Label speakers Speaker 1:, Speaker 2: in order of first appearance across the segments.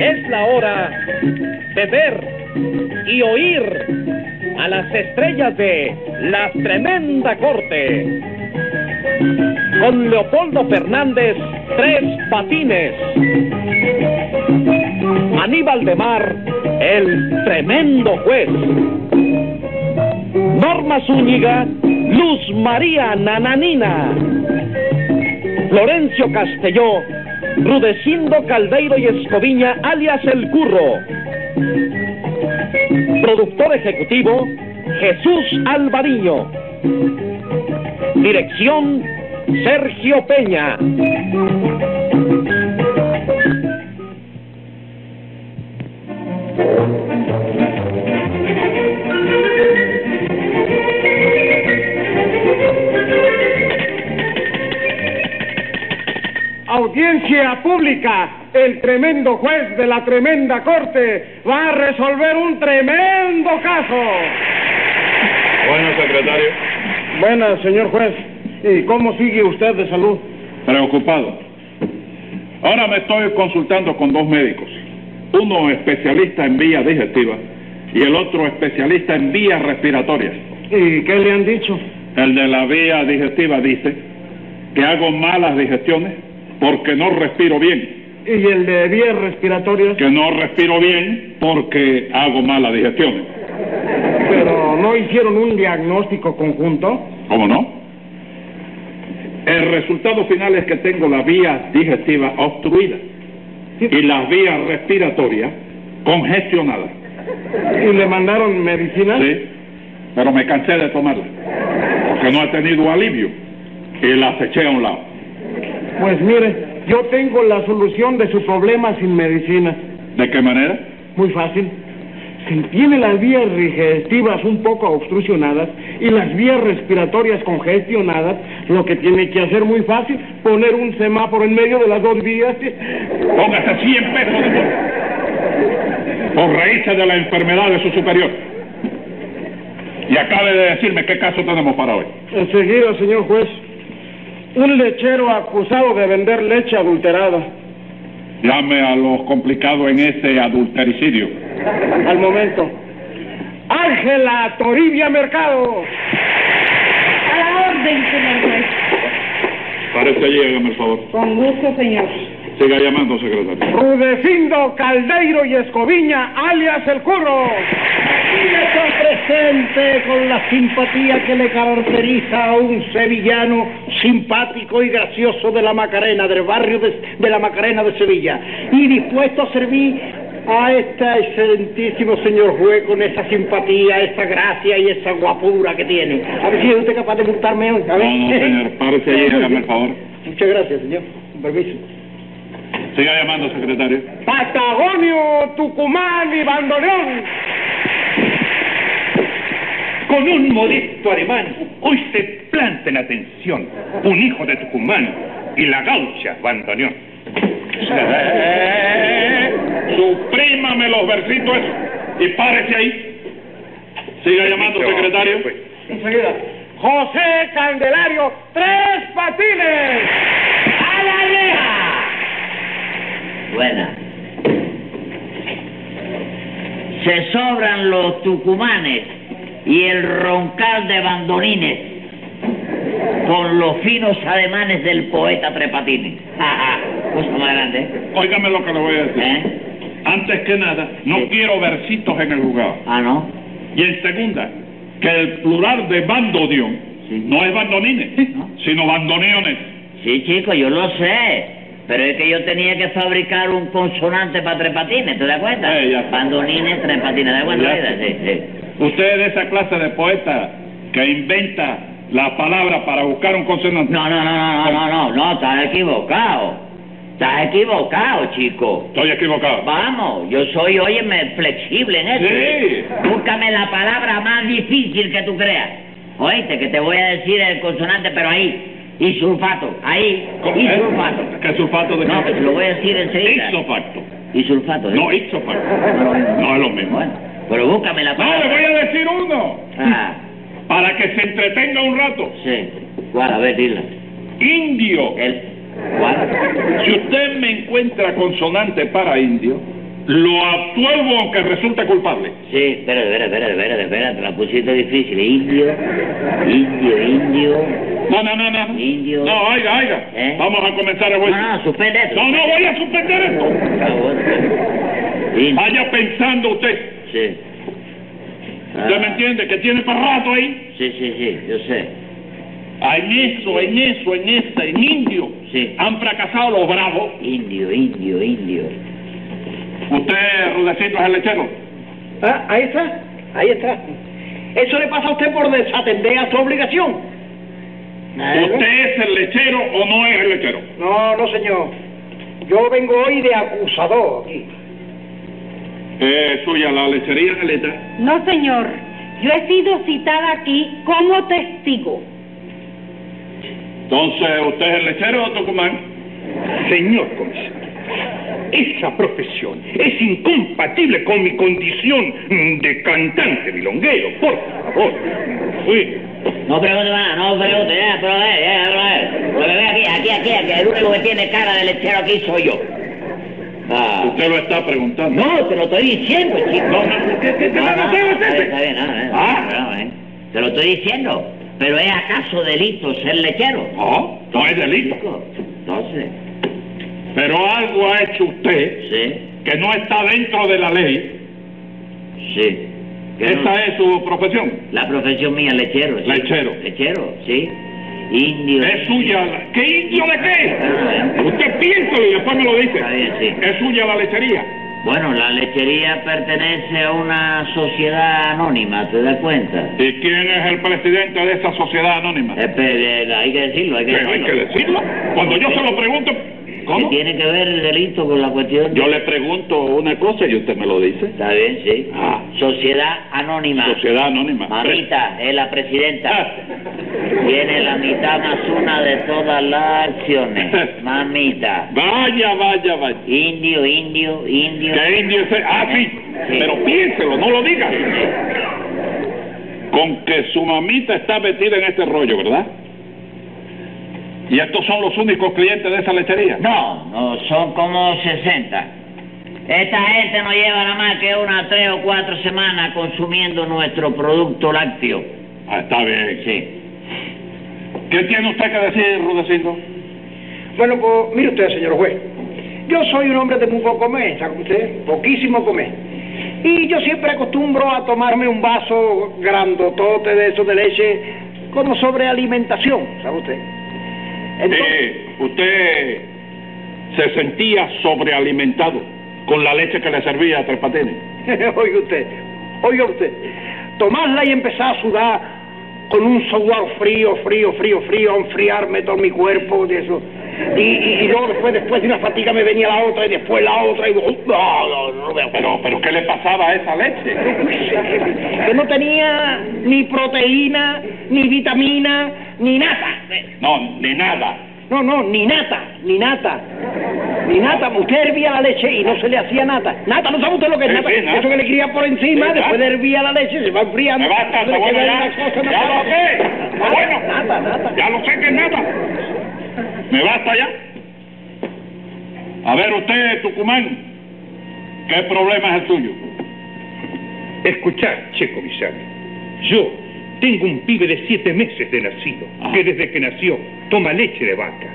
Speaker 1: Es la hora de ver y oír a las estrellas de la tremenda corte. Con Leopoldo Fernández, tres patines. Aníbal de Mar, el tremendo juez. Norma Zúñiga, Luz María Nananina. Florencio Castelló, Rudecindo Caldeiro y Escoviña, alias El Curro. Productor ejecutivo, Jesús Alvariño. Dirección, Sergio Peña.
Speaker 2: Audiencia pública. El tremendo juez de la tremenda corte va a resolver un tremendo caso.
Speaker 3: Bueno, secretario.
Speaker 2: Buenas, señor juez. ¿Y cómo sigue usted de salud?
Speaker 3: Preocupado. Ahora me estoy consultando con dos médicos. Uno especialista en vías digestivas y el otro especialista en vías respiratorias.
Speaker 2: ¿Y qué le han dicho?
Speaker 3: El de la vía digestiva dice que hago malas digestiones porque no respiro bien.
Speaker 2: ¿Y el de vías respiratorias?
Speaker 3: Que no respiro bien porque hago malas digestiones.
Speaker 2: Pero no hicieron un diagnóstico conjunto.
Speaker 3: ¿Cómo no? El resultado final es que tengo las vías digestivas obstruidas y las vías respiratorias congestionadas.
Speaker 2: ¿Y le mandaron medicina?
Speaker 3: Sí, pero me cansé de tomarla porque no he tenido alivio y las eché a un lado.
Speaker 2: Pues mire, yo tengo la solución de su problema sin medicina.
Speaker 3: ¿De qué manera?
Speaker 2: Muy fácil. Si tiene las vías digestivas un poco obstruccionadas y las vías respiratorias congestionadas, lo que tiene que hacer muy fácil, poner un semáforo en medio de las dos vías.
Speaker 3: Póngase 100 pesos de multa por reírse de la enfermedad de su superior. Y acabe de decirme qué caso tenemos para hoy.
Speaker 2: Enseguida, señor juez, un lechero acusado de vender leche adulterada.
Speaker 3: Llame a los complicados en ese adultericidio.
Speaker 2: Al momento. Ángela Toribia Mercado.
Speaker 4: A la orden, señor juez.
Speaker 3: Parece allí, hágame el favor.
Speaker 4: Con gusto, señor.
Speaker 3: Siga llamando, secretario.
Speaker 2: Rudecindo Caldeiro y Escoviña, alias El Curro.
Speaker 5: Aquí está presente con la simpatía que le caracteriza a un sevillano simpático y gracioso de la Macarena, del barrio de, de la Macarena de Sevilla, y dispuesto a servir a este excelentísimo señor juez con esa simpatía, esa gracia y esa guapura que tiene. A ver si es usted capaz de multarme hoy. A ver.
Speaker 3: No, no, señor, párese allí, hágame el favor.
Speaker 5: Muchas gracias, señor. Con permiso.
Speaker 3: Siga llamando, secretario.
Speaker 2: Patagonio, Tucumán y Bandoneón.
Speaker 6: Con un modesto alemán, hoy se planta en atención un hijo de Tucumán y la gaucha bandoneón.
Speaker 3: Suprímame los versitos y párese ahí. Siga llamando, secretario.
Speaker 6: pues.
Speaker 2: Enseguida. José Candelario, tres patines.
Speaker 7: ¡A la reja!
Speaker 8: Buena. Se sobran los tucumanes y el roncar de bandonines con los finos alemanes del poeta Trepatines. Ajá, cosa más grande. ¿eh?
Speaker 3: Óigame lo que le voy a decir.
Speaker 8: ¿Eh?
Speaker 3: Antes que nada, no
Speaker 8: Sí.
Speaker 3: quiero versitos en el juzgado.
Speaker 8: Ah, no.
Speaker 3: Y en segunda, que el plural de bandoneón
Speaker 8: Sí.
Speaker 3: no es bandonines,
Speaker 8: ¿No?
Speaker 3: sino bandoneones.
Speaker 8: Sí, chico, yo lo sé. Pero es que yo tenía que fabricar un consonante para trepatines, ¿te das cuenta?
Speaker 3: Eh, ya sé.
Speaker 8: Bandonines, trepatines, ¿te das cuenta?
Speaker 3: Ya sé.
Speaker 8: Sí, sí.
Speaker 3: Usted es de esa clase de poeta que inventa la palabra para buscar un consonante.
Speaker 8: No, no, no, no, no, no, no, no, estás equivocado. Estás equivocado, chico.
Speaker 3: Estoy equivocado.
Speaker 8: Vamos, yo soy, óyeme, flexible en esto.
Speaker 3: Sí.
Speaker 8: Búscame la palabra más difícil que tú creas. Oíste, que te voy a decir el consonante, pero ahí. Y sulfato, ahí.
Speaker 3: ¿Cómo
Speaker 8: Y
Speaker 3: es?
Speaker 8: sulfato.
Speaker 3: ¿Qué sulfato de
Speaker 8: No,
Speaker 3: qué?
Speaker 8: que te lo voy a decir enseguida.
Speaker 3: Ixofacto.
Speaker 8: Y sulfato, ¿eh?
Speaker 3: No, ixofacto. No es lo mismo.
Speaker 8: Bueno, pero búscame la
Speaker 3: No,
Speaker 8: palabra.
Speaker 3: le voy a decir uno.
Speaker 8: Ah,
Speaker 3: Para que se entretenga un rato.
Speaker 8: sí. ¿Cuál? A ver, dila.
Speaker 3: Indio.
Speaker 8: El... ¿Cuál?
Speaker 3: Si usted me encuentra consonante para indio, lo absuelvo aunque resulte culpable.
Speaker 8: Sí, espérate, espérate, espérate, espérate, espérate, la pusiste difícil. Indio, indio, indio.
Speaker 3: No, no, no, no.
Speaker 8: Indio.
Speaker 3: No, oiga, oiga.
Speaker 8: ¿Eh? Ah.
Speaker 3: Vamos a comenzar el
Speaker 8: No,
Speaker 3: juicio.
Speaker 8: no, suspende esto.
Speaker 3: No, no voy a suspender esto.
Speaker 8: Por favor. Indio,
Speaker 3: Vaya pensando usted.
Speaker 8: sí. Ah,
Speaker 3: ¿Usted me entiende? Que tiene para rato ahí.
Speaker 8: Sí, sí, sí, yo sé.
Speaker 3: Ah, En eso, en eso, en esta, en indio.
Speaker 8: Sí.
Speaker 3: Han fracasado los bravos.
Speaker 8: Indio, indio, indio.
Speaker 3: Usted, Rudecindo, es el lechero.
Speaker 5: Ah, ahí está, ahí está. Eso le pasa a usted por desatender a su obligación.
Speaker 8: ¿Eh?
Speaker 3: ¿Usted es el lechero o no es el lechero?
Speaker 5: No, no, señor. Yo vengo hoy de acusador aquí.
Speaker 3: Eh, suya, la lechería Galeta.
Speaker 4: No, señor. Yo he sido citada aquí como testigo.
Speaker 3: Entonces, ¿usted es el lechero o Tucumán?
Speaker 6: Señor comisario, esa profesión es incompatible con mi condición mm, de cantante milonguero, por favor. Sí.
Speaker 8: No pregunte más, no pregunte, ya, pero es, ya, pero es. Porque ve aquí, aquí, aquí, aquí, el único que tiene cara de lechero aquí soy yo. Ah.
Speaker 3: Usted lo está preguntando.
Speaker 8: No, te lo estoy diciendo, chico.
Speaker 3: No, no, ¿qué, qué, qué, no, no, no,
Speaker 8: está
Speaker 3: no,
Speaker 8: bien, está bien, no, no,
Speaker 3: eh, Ah.
Speaker 8: no, no, eh. Te lo estoy diciendo. Pero ¿es acaso delito ser lechero?
Speaker 3: No, no es delito.
Speaker 8: Chico, Entonces,
Speaker 3: Pero algo ha hecho usted
Speaker 8: sí,
Speaker 3: que no está dentro de la ley.
Speaker 8: sí. Que no-
Speaker 3: Esa es su profesión.
Speaker 8: La profesión mía, lechero. sí.
Speaker 3: Lechero.
Speaker 8: Lechero, sí. Indio.
Speaker 3: Es suya. la- ¿Qué indio de
Speaker 8: Ah,
Speaker 3: qué? Usted piénselo y después me lo
Speaker 8: Está
Speaker 3: dice.
Speaker 8: bien, sí.
Speaker 3: Es suya la lechería.
Speaker 8: Bueno, la lechería pertenece a una sociedad anónima, ¿te das cuenta?
Speaker 3: ¿Y quién es el presidente de esa sociedad anónima?
Speaker 8: Eh, pe- eh, hay que decirlo, hay que
Speaker 3: Pero
Speaker 8: decirlo.
Speaker 3: hay que decirlo. Cuando yo se lo pregunto, ¿cómo?
Speaker 8: ¿Qué tiene que ver el delito con la cuestión?
Speaker 3: Yo le pregunto una cosa y usted me lo dice.
Speaker 8: Está bien, sí.
Speaker 3: Ah.
Speaker 8: Sociedad anónima.
Speaker 3: Sociedad anónima.
Speaker 8: Ah. Mamita es la
Speaker 3: Ah.
Speaker 8: presidenta. Tiene la mitad más una de todas las acciones. Mamita.
Speaker 3: Vaya, vaya, vaya.
Speaker 8: Indio, indio, indio.
Speaker 3: ¿Qué indio es ese? Ah, sí.
Speaker 8: Sí.
Speaker 3: Pero piénselo, no lo diga. Con que su mamita está metida en este rollo, ¿verdad? Y estos son los únicos clientes de esa lechería.
Speaker 8: No, no, son como 60. Esta gente no lleva nada más que unas tres o cuatro semanas consumiendo nuestro producto lácteo.
Speaker 3: Ah, está bien.
Speaker 8: Sí.
Speaker 3: ¿Qué tiene usted que decir, Rudecindo?
Speaker 5: Bueno, pues mire usted, señor juez. Yo soy un hombre de muy poco comer, ¿sabe usted? Poquísimo comer. Y yo siempre acostumbro a tomarme un vaso grandotote de esos de leche como sobrealimentación, ¿sabe usted? Entonces,
Speaker 3: Eh, usted se sentía sobrealimentado con la leche que le servía a Tres Patines.
Speaker 5: oiga usted, oiga usted, tomarla y empezar a sudar con un sudor frío, frío, frío, frío, a enfriarme todo mi cuerpo de eso. Y, y- y luego después, después de una fatiga me venía la otra y después la otra y... no, no, no, no.
Speaker 3: Pero, pero ¿qué le pasaba a esa leche?
Speaker 5: pues, que no tenía ni proteína, ni vitamina, ni nata.
Speaker 3: No, ni nada.
Speaker 5: No, no, ni nata, ni nata. Ni nata, usted hervía la leche y no se le hacía nata. Nata, ¿no sabe usted lo que es
Speaker 3: Sí,
Speaker 5: nata?
Speaker 3: sí, nata.
Speaker 5: pues, Eso que le cría por encima,
Speaker 3: Sí,
Speaker 5: después
Speaker 3: nata.
Speaker 5: hervía la leche, se va enfriando.
Speaker 3: Me basta,
Speaker 5: se
Speaker 3: se
Speaker 5: le
Speaker 3: vuelve
Speaker 5: queda
Speaker 3: ya.
Speaker 5: una cosa, una
Speaker 3: Ya
Speaker 5: cosa.
Speaker 3: lo sé.
Speaker 5: Nata,
Speaker 3: Bueno.
Speaker 5: Nata, nata.
Speaker 3: Ya lo sé que es nada. Me basta ya. A ver, usted, Tucumán, ¿qué problema es el suyo?
Speaker 6: Escuchad, che comisario, yo tengo un pibe de siete meses de nacido,
Speaker 3: Ajá.
Speaker 6: que desde que nació toma leche de vaca,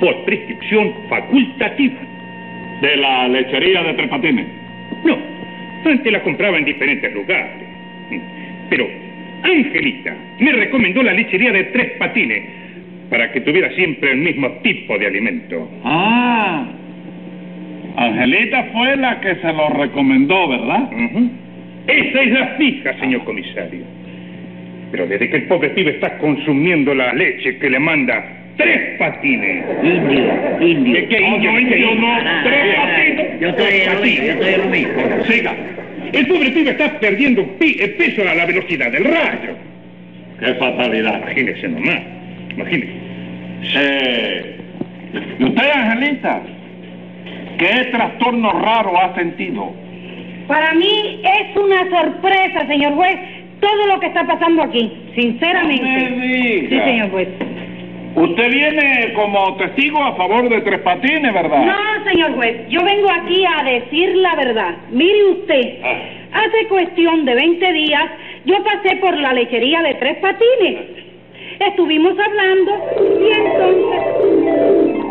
Speaker 6: por prescripción facultativa.
Speaker 3: De la lechería de Tres Patines.
Speaker 6: No, antes la compraba en diferentes lugares. Pero Angelita me recomendó la lechería de tres patines para que tuviera siempre el mismo tipo de alimento.
Speaker 3: Ah. Angelita fue la que se lo recomendó, ¿verdad?
Speaker 6: Ujú. Esa es la fija, señor comisario. Pero desde que el pobre pibe está consumiendo la leche que le manda tres patines.
Speaker 8: Indio, indio.
Speaker 6: ¿De qué indio?
Speaker 3: No, no, indio, no.
Speaker 8: Pará,
Speaker 3: Tres
Speaker 8: pará, pará.
Speaker 6: patines.
Speaker 8: Ah, Yo estoy en lo mismo, yo estoy en lo mismo.
Speaker 6: Siga. El pobre pibe está perdiendo pi- eh, peso a la velocidad del rayo.
Speaker 3: Qué fatalidad.
Speaker 6: Imagínese nomás. Imagínese.
Speaker 3: Eh, ¿Y usted, Angelita? ¿Qué trastorno raro ha sentido?
Speaker 4: Para mí es una sorpresa, señor juez, todo lo que está pasando aquí, sinceramente.
Speaker 3: No me diga.
Speaker 4: Sí, señor juez.
Speaker 9: Usted viene como testigo a favor de Tres Patines, ¿verdad?
Speaker 4: No, señor juez, yo vengo aquí a decir la verdad. Mire usted,
Speaker 9: Ah.
Speaker 4: hace cuestión de 20 días yo pasé por la lechería de Tres Patines. Estuvimos hablando y entonces...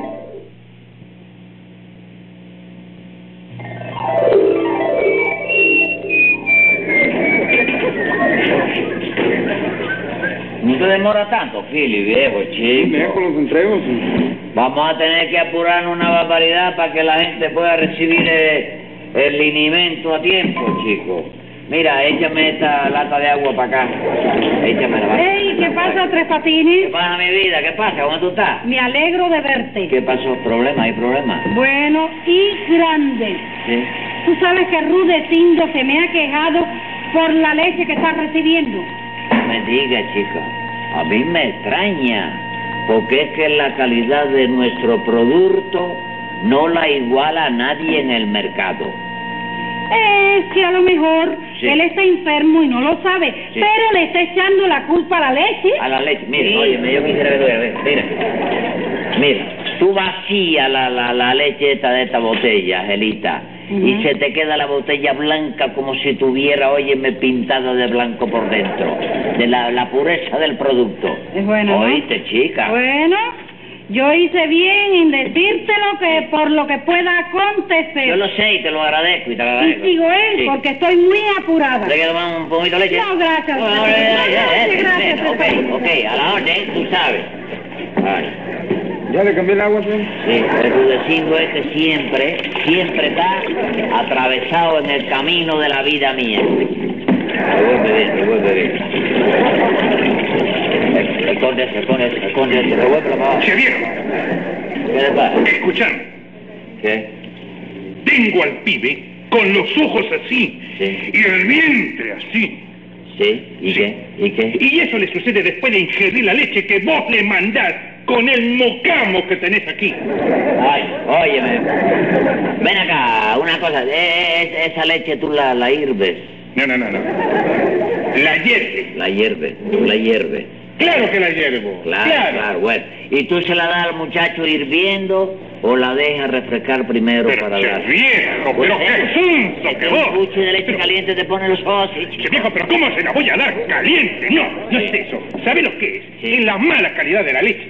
Speaker 8: No te demora tanto, Philly, viejo, chico.
Speaker 2: los entregos.
Speaker 8: Vamos a tener que apurarnos una barbaridad para que la gente pueda recibir eh, el, linimento a tiempo, chico. Mira, échame esta lata de agua para acá. Échamela. va.
Speaker 4: ¡Ey! ¿Qué pasa, Tres
Speaker 8: ¿Qué
Speaker 4: Patines?
Speaker 8: pasa, mi vida? ¿Qué pasa? ¿Dónde tú estás?
Speaker 4: Me alegro de verte.
Speaker 8: ¿Qué pasó? ¿Problema? ¿Hay problema?
Speaker 4: Bueno y grande.
Speaker 8: Sí.
Speaker 4: Tú sabes que Rudecindo se me ha quejado por la leche que está recibiendo.
Speaker 8: No me diga, chico. A mí me extraña, porque es que la calidad de nuestro producto no la iguala a nadie en el mercado.
Speaker 4: Es que a lo mejor
Speaker 8: Sí.
Speaker 4: él está enfermo y no lo sabe,
Speaker 8: Sí.
Speaker 4: pero le está echando la culpa a la leche.
Speaker 8: A la leche, mira,
Speaker 4: Sí.
Speaker 8: óyeme, yo quisiera que tú veas, mira, mira, tú vacías la, la, la leche esta de esta botella, Angelita, y
Speaker 4: Ujú.
Speaker 8: se te queda la botella blanca como si tuviera, óyeme, pintada de blanco por dentro, de la, la pureza del producto.
Speaker 4: Es bueno, ¿no?
Speaker 8: Oíste, chica.
Speaker 4: Bueno, yo hice bien en decirte lo que por lo que pueda acontecer.
Speaker 8: Yo lo sé y te lo agradezco y te lo
Speaker 4: y
Speaker 8: agradezco.
Speaker 4: sigo él
Speaker 8: Sí.
Speaker 4: porque estoy muy apurada.
Speaker 8: ¿Le tomar un poquito de leche?
Speaker 4: No, gracias.
Speaker 8: No, no, no, no, no, no,
Speaker 4: Gracias,
Speaker 8: no,
Speaker 4: gracias.
Speaker 8: Ok, ok, a la orden, tú sabes. Ay,
Speaker 2: Ya le cambié el agua, señor.
Speaker 8: sí, el rudecindo este siempre, siempre está atravesado en el camino de la vida mía. Revuelve bien, revuelve bien. Escóndese, escóndese, escóndese, revuélvelo para abajo.
Speaker 3: Che viejo,
Speaker 8: ¿Qué le pasa?
Speaker 3: escuchame.
Speaker 8: ¿Qué?
Speaker 3: Tengo al pibe con los ojos así
Speaker 8: Sí.
Speaker 3: y el vientre así.
Speaker 8: ¿Sí? ¿Y qué? ¿Y qué?
Speaker 3: Y eso le sucede después de ingerir la leche que vos le mandás con el mocamo que tenés aquí.
Speaker 8: Ay, óyeme. Ven acá, una cosa. eh, es- esa leche tú la, la hirves.
Speaker 3: No, no, no, no. La hierve.
Speaker 8: La hierve, tú la hierve.
Speaker 3: Claro que la hiervo.
Speaker 8: Claro, claro, bueno. ¿Y tú se la das al muchacho hirviendo o la dejas refrescar primero
Speaker 3: Pero,
Speaker 8: para
Speaker 3: che
Speaker 8: dar?
Speaker 3: viejo, pero qué sunto que
Speaker 8: Un
Speaker 3: vos.
Speaker 8: buche de leche
Speaker 3: Pero,
Speaker 8: caliente te pone los ojos. y-
Speaker 3: Che viejo, pero ¿cómo se la voy a dar caliente? No, no es eso. ¿Sabe lo que es?
Speaker 8: Sí.
Speaker 3: Es la mala calidad de la leche.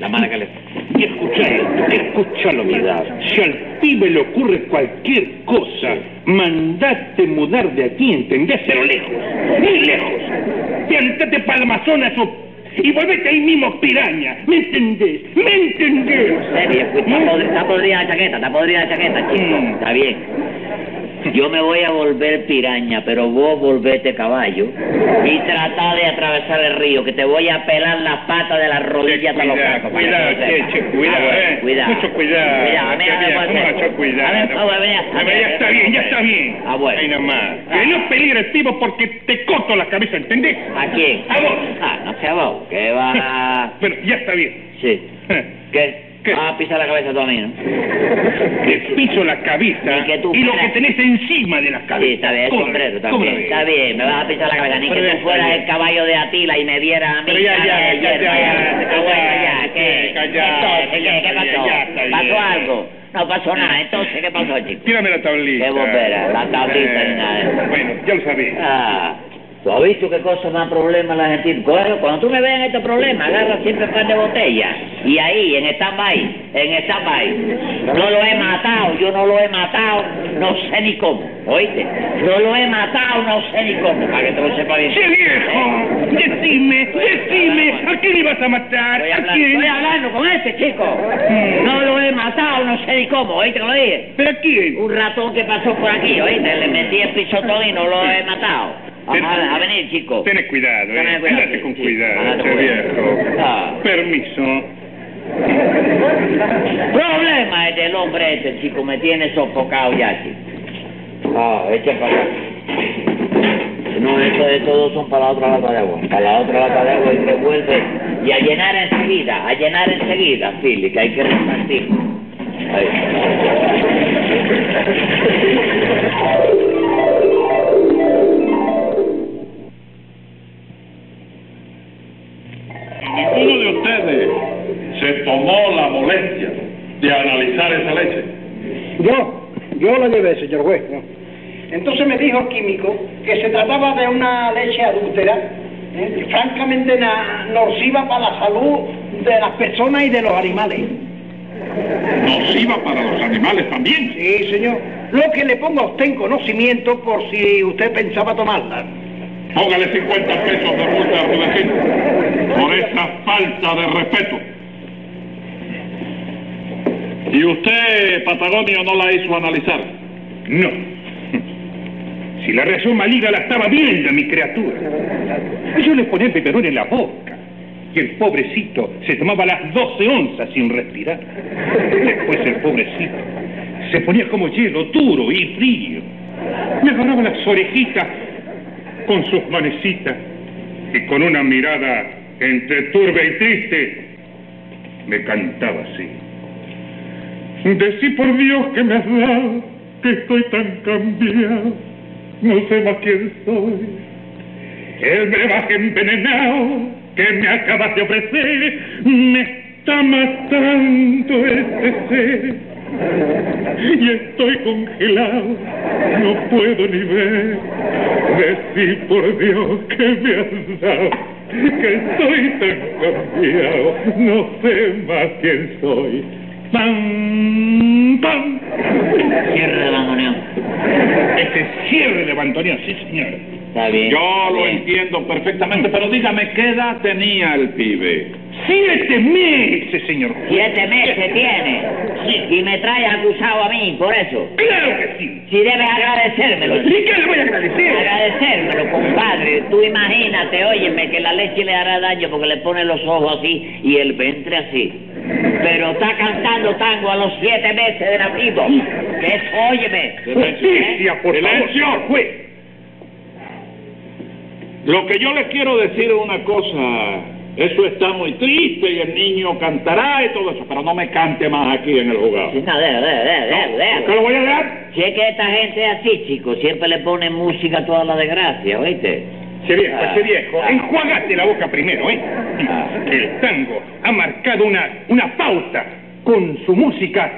Speaker 8: La mala caliente.
Speaker 3: Y escucha esto, escúchalo, mira. Si al pibe le ocurre cualquier cosa, mandate mudar de aquí, ¿entendés? Pero lejos, muy lejos. Piantate para Amazonas o- y volvete ahí mismo piraña. ¿Me entendés? ¿Me entendés?
Speaker 8: Serio, está, podri- está podrida la chaqueta, está podrida la chaqueta, chico.
Speaker 3: Mm.
Speaker 8: Está bien. Yo me voy a volver piraña, pero vos volvete caballo y tratá de atravesar el río, que te voy a pelar las patas de la rodilla hasta los
Speaker 3: cuidado,
Speaker 8: cacos. para que
Speaker 3: cuidado,
Speaker 8: lo sepas.
Speaker 3: che, che, cuidado,
Speaker 8: Ah,
Speaker 3: eh.
Speaker 8: Cuidado.
Speaker 3: Mucho cuidado,
Speaker 8: Cuidado, mira,
Speaker 3: che,
Speaker 8: no
Speaker 3: mira,
Speaker 8: puede ser.
Speaker 3: mucho cuidado.
Speaker 8: A ver, vamos a ver,
Speaker 3: A ver, ya está bien, ya está bien.
Speaker 8: Ah, bueno.
Speaker 3: Ahí nomás. Que no peligre el tipo porque te corto la cabeza, ¿entendés?
Speaker 8: ¿A quién?
Speaker 3: A vos.
Speaker 8: Ah, no sea vos, que va...
Speaker 3: Bueno, ya está bien.
Speaker 8: Sí. ¿Qué?
Speaker 3: ¿Qué?
Speaker 8: Ah, pisa la cabeza tú a mí, ¿no?
Speaker 3: Te piso la cabeza
Speaker 8: Ni que tú
Speaker 3: y lo que
Speaker 8: fueras-
Speaker 3: tenés encima de la cabeza.
Speaker 8: Sí, está bien, el
Speaker 3: ¿Cómo la
Speaker 8: sombrero,
Speaker 3: ves?
Speaker 8: está
Speaker 3: ¿Cómo la
Speaker 8: bien,
Speaker 3: ves?
Speaker 8: está bien, me vas a pisar la cabeza, ni
Speaker 3: Pero
Speaker 8: que
Speaker 3: ya
Speaker 8: tú
Speaker 3: está
Speaker 8: fueras
Speaker 3: bien.
Speaker 8: el caballo de Atila y me vieras a mí.
Speaker 3: Pero ya,
Speaker 8: cara
Speaker 3: ya,
Speaker 8: de
Speaker 3: ya,
Speaker 8: hierba,
Speaker 3: ya,
Speaker 8: ya,
Speaker 3: ya,
Speaker 8: bueno, ya,
Speaker 3: ya,
Speaker 8: ¿qué?
Speaker 3: ya, ya,
Speaker 8: Entonces,
Speaker 3: ya,
Speaker 8: ¿qué? ¿Qué
Speaker 3: ya,
Speaker 8: pasó?
Speaker 3: ya, está bien.
Speaker 8: ¿Pasó algo? No pasó nada, entonces, ¿qué pasó, chico?
Speaker 3: Tírame la tablita.
Speaker 8: Qué bobera, la tablita y nada.
Speaker 3: Bueno, ya lo sabés.
Speaker 8: Ah, ¿tú has visto qué cosa más problema la gente? Bueno, cuando tú me veas en estos problemas, agarra siempre un par de botellas. Y ahí, en stand-by, en stand-by. No lo he matado, yo no lo he matado, no sé ni cómo, ¿oíste? No lo he matado, no sé ni cómo, para que te lo sepa bien.
Speaker 3: Che viejo, decime, decime, ¿a quién ibas a matar?
Speaker 8: Estoy
Speaker 3: ¿A
Speaker 8: hablando,
Speaker 3: quién?
Speaker 8: estoy hablando con este chico. No lo he matado, no sé ni cómo, ¿oíste que lo dije?
Speaker 3: ¿Pero a quién?
Speaker 8: Un ratón que pasó por aquí, ¿oíste? Le metí el pisotón y no lo he matado.
Speaker 3: Ten-
Speaker 8: Ajá, a venir, chico.
Speaker 3: Tenés cuidado, eh.
Speaker 8: Uh. Tenés cuidado,
Speaker 3: Andate
Speaker 8: sí,
Speaker 3: con
Speaker 8: sí.
Speaker 3: cuidado,
Speaker 8: Andate
Speaker 3: che
Speaker 8: con cuidado.
Speaker 3: viejo.
Speaker 8: Ah.
Speaker 3: Permiso.
Speaker 8: Problema es del hombre este, chico, me tiene sofocado ya, chico. Ah, este para acá. No, esto, estos dos son para la otra lata de agua. Para la otra lata de agua y que vuelve. Y a llenar enseguida, a llenar enseguida, Philly, que hay que repartir. Ahí.
Speaker 9: Ninguno de ustedes
Speaker 2: Yo, yo la llevé, señor juez. yo.
Speaker 5: Entonces me dijo el químico que se trataba de una leche adúltera, ¿eh? francamente na- nociva para la salud de las personas y de los animales.
Speaker 3: Nociva para los animales también.
Speaker 5: Sí, señor. Lo que le pongo a usted en conocimiento por si usted pensaba tomarla.
Speaker 3: Póngale 50 pesos de multa a Rudecindo por esa falta de respeto. Y usted, Patagonio, no la hizo analizar.
Speaker 6: No. Si la reacción maligna la estaba viendo, mi criatura. Yo le ponía el peperón en la boca. Y el pobrecito se tomaba las 12 onzas sin respirar. Después el pobrecito se ponía como hielo duro y frío. Me agarraba las orejitas con sus manecitas. Y con una mirada entre turba y triste, me cantaba así. Decí por Dios que me has dado, que estoy tan cambiado, no sé más quién soy. El brebaje envenenado que me acabas de ofrecer me está matando este ser. Y estoy congelado, no puedo ni ver. Decí por Dios que me has dado, que estoy tan cambiado, no sé más quién soy. ¡Pam, pam!
Speaker 8: Cierre de bandoneón.
Speaker 6: Este cierre de bandoneón, sí, señor.
Speaker 8: Está bien.
Speaker 3: Yo lo
Speaker 8: Bien.
Speaker 3: entiendo perfectamente, pero dígame, ¿qué edad tenía el pibe?
Speaker 6: Siete meses, señor.
Speaker 8: Siete meses tiene. Y me trae acusado a mí, por eso.
Speaker 6: Claro que sí.
Speaker 8: Si debes agradecérmelo.
Speaker 6: ¿Y qué le voy a agradecer?
Speaker 8: Agradecérmelo, compadre. Tú imagínate, óyeme, que la leche le hará daño porque le pone los ojos así y el ventre así. Pero está cantando tango a los siete meses de nacido. Que es, óyeme.
Speaker 6: Justicia, por
Speaker 3: Silencio,
Speaker 6: favor.
Speaker 3: juez. Lo que yo le quiero decir es una cosa. Eso está muy triste y el niño cantará y todo eso, pero no me cante más aquí en el juzgado.
Speaker 8: Sí, No, déjalo, déjalo, déjalo, déjalo.
Speaker 3: ¿Qué lo voy a dejar?
Speaker 8: Si es que esta gente es así, chico, siempre le pone música a toda la desgracia, ¿oíste?
Speaker 6: Ese viejo,
Speaker 8: Ah,
Speaker 6: ese viejo,
Speaker 8: ah.
Speaker 6: enjuagaste la boca primero, ¿eh?
Speaker 8: Ah.
Speaker 6: El tango ha marcado una, una pauta con su música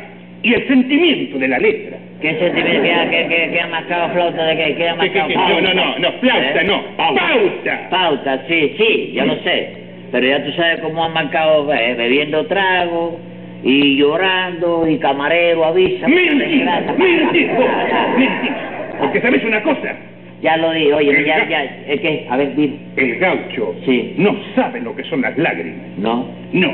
Speaker 6: y el sentimiento de la letra.
Speaker 8: ¿Qué sentimiento que, ha- que, que, que ha marcado flauta de qué? ¿Qué ha
Speaker 6: Que- que-
Speaker 8: marcado
Speaker 6: que- no, no, no, no, flauta,
Speaker 8: ¿Eh?
Speaker 6: no, pauta. pauta.
Speaker 8: Pauta, sí, sí, yo lo sé. Pero ya tú sabes cómo han marcado eh, bebiendo trago y llorando y camarero avisa.
Speaker 6: Mentira,
Speaker 8: desgracia.
Speaker 6: mentira, mentira. Porque sabes una cosa,
Speaker 8: Ya lo dije, oye, ya, ya, es que, a ver, dime,
Speaker 6: el gaucho
Speaker 8: Sí.
Speaker 6: no sabe lo que son las lágrimas.
Speaker 8: no.
Speaker 6: No,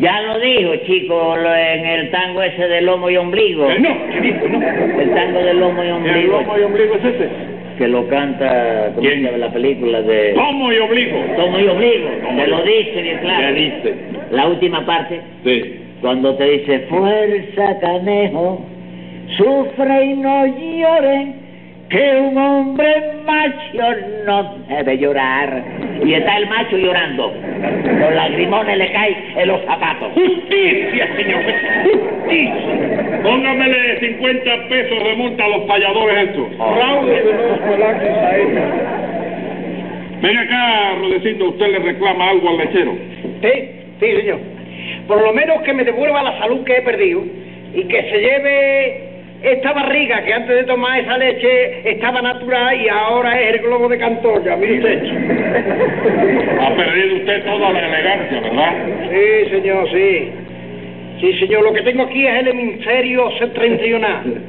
Speaker 8: Ya lo dijo, chico, lo- en el tango ese de lomo y ombligo.
Speaker 6: Eh, no, ese viejo, no.
Speaker 8: Oh. El tango de lomo y
Speaker 3: ¿El
Speaker 8: ombligo.
Speaker 3: lomo y ombligo es ese?
Speaker 8: que lo canta ¿cómo
Speaker 3: ¿Quién?
Speaker 8: se llama la película de
Speaker 3: Lomo y obligo.
Speaker 8: Tomo y Obligo,
Speaker 3: Tomo
Speaker 8: te
Speaker 3: y-
Speaker 8: lo dice bien claro.
Speaker 3: Ya dice.
Speaker 8: La última parte,
Speaker 3: Sí.
Speaker 8: cuando te dice fuerza canejo, sufre y no llore, que un hombre macho no debe llorar. Y está el macho llorando, los lagrimones le caen en los zapatos.
Speaker 3: Justicia, señor. juez, Justicia. Póngamele 50 pesos de multa a los payadores estos. Fraude de los polacos a ellos. Ven acá, Rodecito, usted le reclama algo al lechero.
Speaker 5: Sí, sí, señor. Por lo menos que me devuelva la salud que he perdido y que se lleve esta barriga que antes de tomar esa leche estaba natural y ahora es el globo de Cantoya, mire usted.
Speaker 3: Ha perdido usted toda la elegancia, ¿verdad?
Speaker 5: Sí, señor, sí. Sí, señor, lo que tengo aquí es el hemisferio septentrional.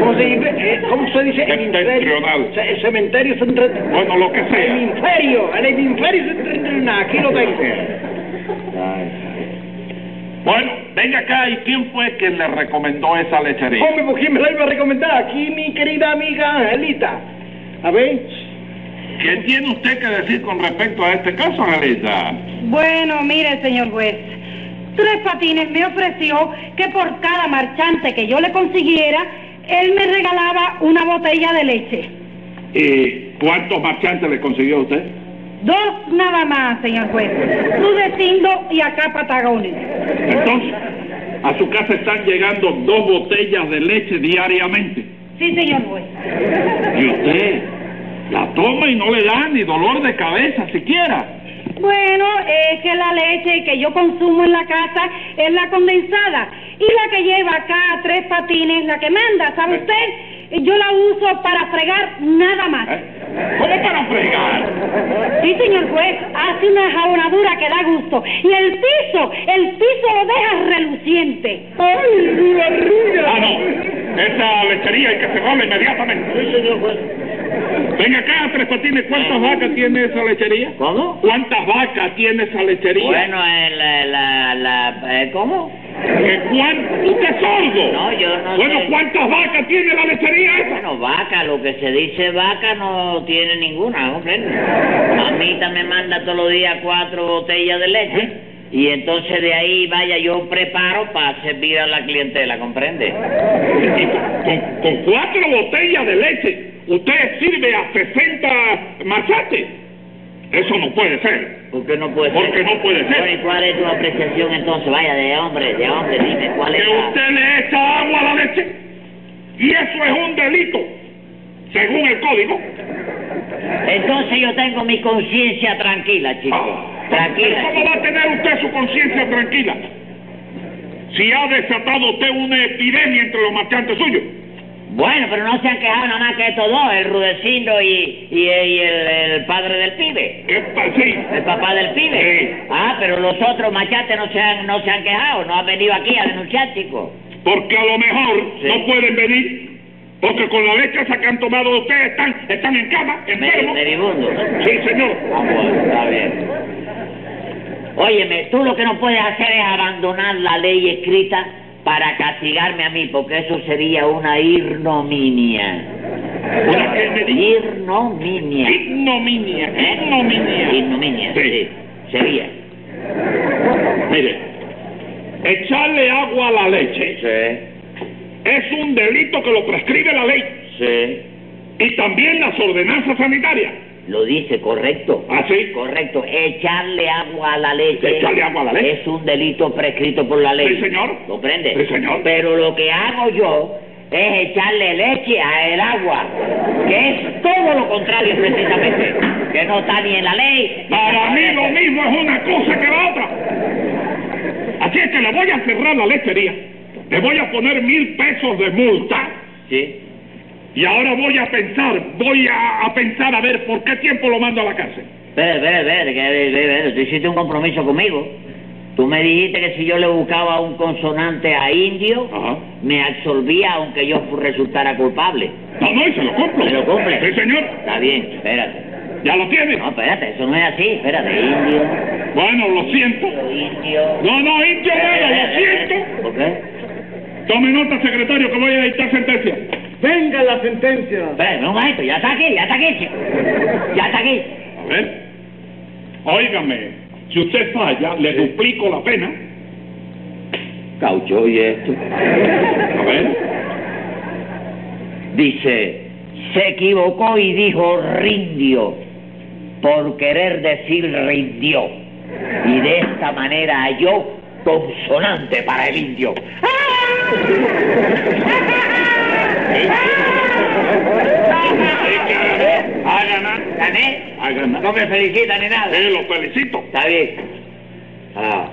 Speaker 5: ¿Cómo se dice? Eh, ¿Cómo se dice?
Speaker 3: Septentrional.
Speaker 5: Se- El cementerio septentrional.
Speaker 3: Bueno, lo que
Speaker 5: El
Speaker 3: sea.
Speaker 5: hemisferio, el hemisferio septentrional, aquí lo tengo.
Speaker 3: Bueno, venga acá, ¿y quién fue quien le recomendó esa lechería?
Speaker 5: Hombre, ¿por quién me la iba a recomendar? Aquí mi querida amiga Angelita. A ver.
Speaker 3: ¿Qué tiene usted que decir con respecto a este caso, Angelita?
Speaker 4: Bueno, mire, señor juez. Tres Patines me ofreció que por cada marchante que yo le consiguiera, él me regalaba una botella de leche.
Speaker 3: ¿Y cuántos marchantes le consiguió a usted?
Speaker 4: Dos nada más, señor juez. Rudecindo y acá Patagones.
Speaker 3: Entonces, a su casa están llegando dos botellas de leche diariamente.
Speaker 4: Sí, señor juez.
Speaker 3: Y usted la toma y no le da ni dolor de cabeza siquiera.
Speaker 4: Bueno, es que la leche que yo consumo en la casa es la condensada Y la que lleva acá tres patines, la que manda, ¿sabe
Speaker 3: ¿Eh?
Speaker 4: usted? Yo la uso para fregar nada más.
Speaker 3: ¿Eh? ¿Cómo para fregar?
Speaker 4: Sí, señor juez, hace una jaunadura que da gusto. Y el piso, el piso lo deja reluciente.
Speaker 2: ¡Ay, mi barriga!
Speaker 3: Ah, no. Esa lechería hay que cerrarla inmediatamente.
Speaker 5: Sí, señor juez.
Speaker 3: Venga acá, Tres Patines, ¿cuántas vacas tiene esa lechería?
Speaker 8: ¿Cómo?
Speaker 3: ¿Cuántas vacas tiene esa lechería?
Speaker 8: Bueno, eh, la, la, la, eh, ¿cómo?
Speaker 3: ¿Qué cuán- ¿Tú qué sordo?
Speaker 8: No, yo no
Speaker 3: Bueno,
Speaker 8: sé.
Speaker 3: ¿cuántas vacas tiene la lechería esa?
Speaker 8: Bueno, vaca, lo que se dice vaca no tiene ninguna, hombre. Mamita me manda todos los días cuatro botellas de leche.
Speaker 3: ¿Eh?
Speaker 8: Y entonces de ahí, vaya, yo preparo para servir a la clientela, ¿comprende?
Speaker 3: Con, con cuatro botellas de leche, usted sirve a 60 machates. Eso no puede ser.
Speaker 8: ¿Por qué no puede ser?
Speaker 3: Porque no puede ser.
Speaker 8: Bueno, ¿y cuál es tu apreciación entonces? Vaya, de hombre, de hombre, dime, ¿cuál es
Speaker 3: Que
Speaker 8: la-
Speaker 3: usted le echa agua a la leche. Y eso es un delito, según el código.
Speaker 8: Entonces yo tengo mi conciencia tranquila, chico.
Speaker 3: Ah. Pero
Speaker 8: Tranquila.
Speaker 3: ¿Cómo va a tener usted su conciencia tranquila? Si ha desatado usted una epidemia entre los marchantes suyos.
Speaker 8: Bueno, pero no se han quejado nada más que estos dos, el Rudecindo y, y, y el, el padre del pibe.
Speaker 3: Epa, sí.
Speaker 8: El papá del pibe.
Speaker 3: Sí.
Speaker 8: Ah, pero los otros machates no se han, no se han quejado, no han venido aquí a denunciar, chico.
Speaker 3: Porque a lo mejor
Speaker 8: Sí.
Speaker 3: no pueden venir. Porque con la leche esa que han tomado ustedes están, están en cama,
Speaker 8: Meri-
Speaker 3: enfermos.
Speaker 8: Meribundo.
Speaker 3: Sí, señor.
Speaker 8: Ah, bueno, está bien. Óyeme, tú lo que no puedes hacer es abandonar la ley escrita para castigarme a mí, porque eso sería una ignominia.
Speaker 3: ¿Una qué me dijo?
Speaker 8: Ignominia.
Speaker 3: Ignominia,
Speaker 8: ¿Eh?
Speaker 3: ignominia.
Speaker 8: Ignominia,
Speaker 3: Sí.
Speaker 8: sí. Sería.
Speaker 3: Mire, echarle agua a la leche
Speaker 8: Sí,
Speaker 3: es un delito que lo prescribe la ley
Speaker 8: sí.
Speaker 3: y también las ordenanzas sanitarias.
Speaker 8: Lo dice correcto.
Speaker 3: ¿Ah, sí?
Speaker 8: Correcto. Echarle agua a la leche.
Speaker 3: Echarle agua a la leche.
Speaker 8: Es un delito prescrito por la ley.
Speaker 3: Sí, señor.
Speaker 8: ¿Comprende?
Speaker 3: Sí, señor.
Speaker 8: Pero lo que hago yo es echarle leche a el agua, que es todo lo contrario precisamente, que no está ni en la ley. ni en la
Speaker 3: Para mí lo
Speaker 8: ley.
Speaker 3: mismo es una cosa que la otra. Así es que le voy a cerrar la lechería. Le voy a poner mil pesos de multa.
Speaker 8: Sí.
Speaker 3: Y ahora voy a pensar, voy a, a pensar a ver por qué tiempo lo mando a la cárcel.
Speaker 8: Espera, espera, espera, que- espera, espera, tú hiciste un compromiso conmigo. Tú me dijiste que si yo le buscaba un consonante a indio,
Speaker 3: Ajá.
Speaker 8: me absolvía aunque yo resultara culpable.
Speaker 3: No, no, y se lo compro.
Speaker 8: ¿Se lo cumple?
Speaker 3: Sí, señor.
Speaker 8: Está bien, espérate.
Speaker 3: Ya lo tiene.
Speaker 8: No, espérate, eso no es así, espérate, indio,
Speaker 3: Bueno, lo siento.
Speaker 8: indio...
Speaker 3: No, no, este. indio, bueno, lo siento.
Speaker 8: ¿Por qué?
Speaker 3: Tome nota, secretario, que voy a dictar sentencia.
Speaker 2: ¡Venga la sentencia!
Speaker 8: Espérate, un momento, ya está aquí, ya está aquí, chico. Ya está aquí.
Speaker 3: A ver. Óigame, si usted falla, le duplico la pena.
Speaker 8: Caucho, y esto.
Speaker 3: A ver.
Speaker 8: Dice, se equivocó y dijo rindio por querer decir rindió. Y de esta manera halló consonante para el indio.
Speaker 3: Ha ganado.
Speaker 8: ¿Gané?
Speaker 3: Ha ganado.
Speaker 8: ¿eh? No me felicitan ni nada.
Speaker 3: Sí, Eh, lo felicito.
Speaker 8: Está bien. Ah,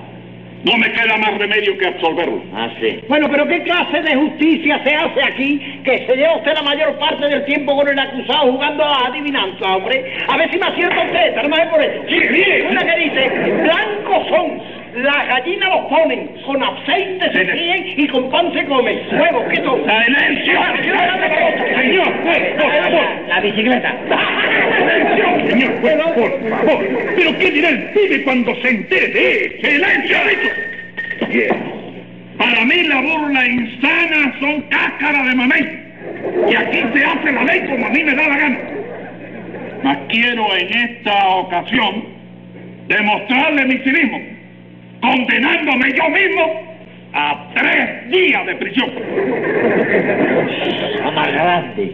Speaker 3: No me queda más remedio que absolverlo.
Speaker 8: ah, sí.
Speaker 5: Bueno, pero ¿qué clase de justicia se hace aquí que se lleva usted la mayor parte del tiempo con el acusado jugando a adivinanza, hombre? A ver si me acierta usted, esta, no más es por eso.
Speaker 3: Sí, mire.
Speaker 5: Una que dice, blancos son, la gallina los ponen, con aceite se
Speaker 3: Sí, sí.
Speaker 5: fríen y con pan se comen. Huevos, ¿qué son?
Speaker 3: ¡Silencio! Señor, juez, por favor.
Speaker 8: La bicicleta.
Speaker 3: ¡Silencio! Señor, juez, por favor. ¿Pero qué dirá el pibe cuando se entere de él? ¡Silencio, ha dicho! Para mí la burla insana son cáscara de mamey. Y aquí se hace la ley como a mí me da la gana. Mas quiero en esta ocasión demostrarle mi cinismo, condenándome yo mismo a tres días de prisión.
Speaker 8: Amarrante.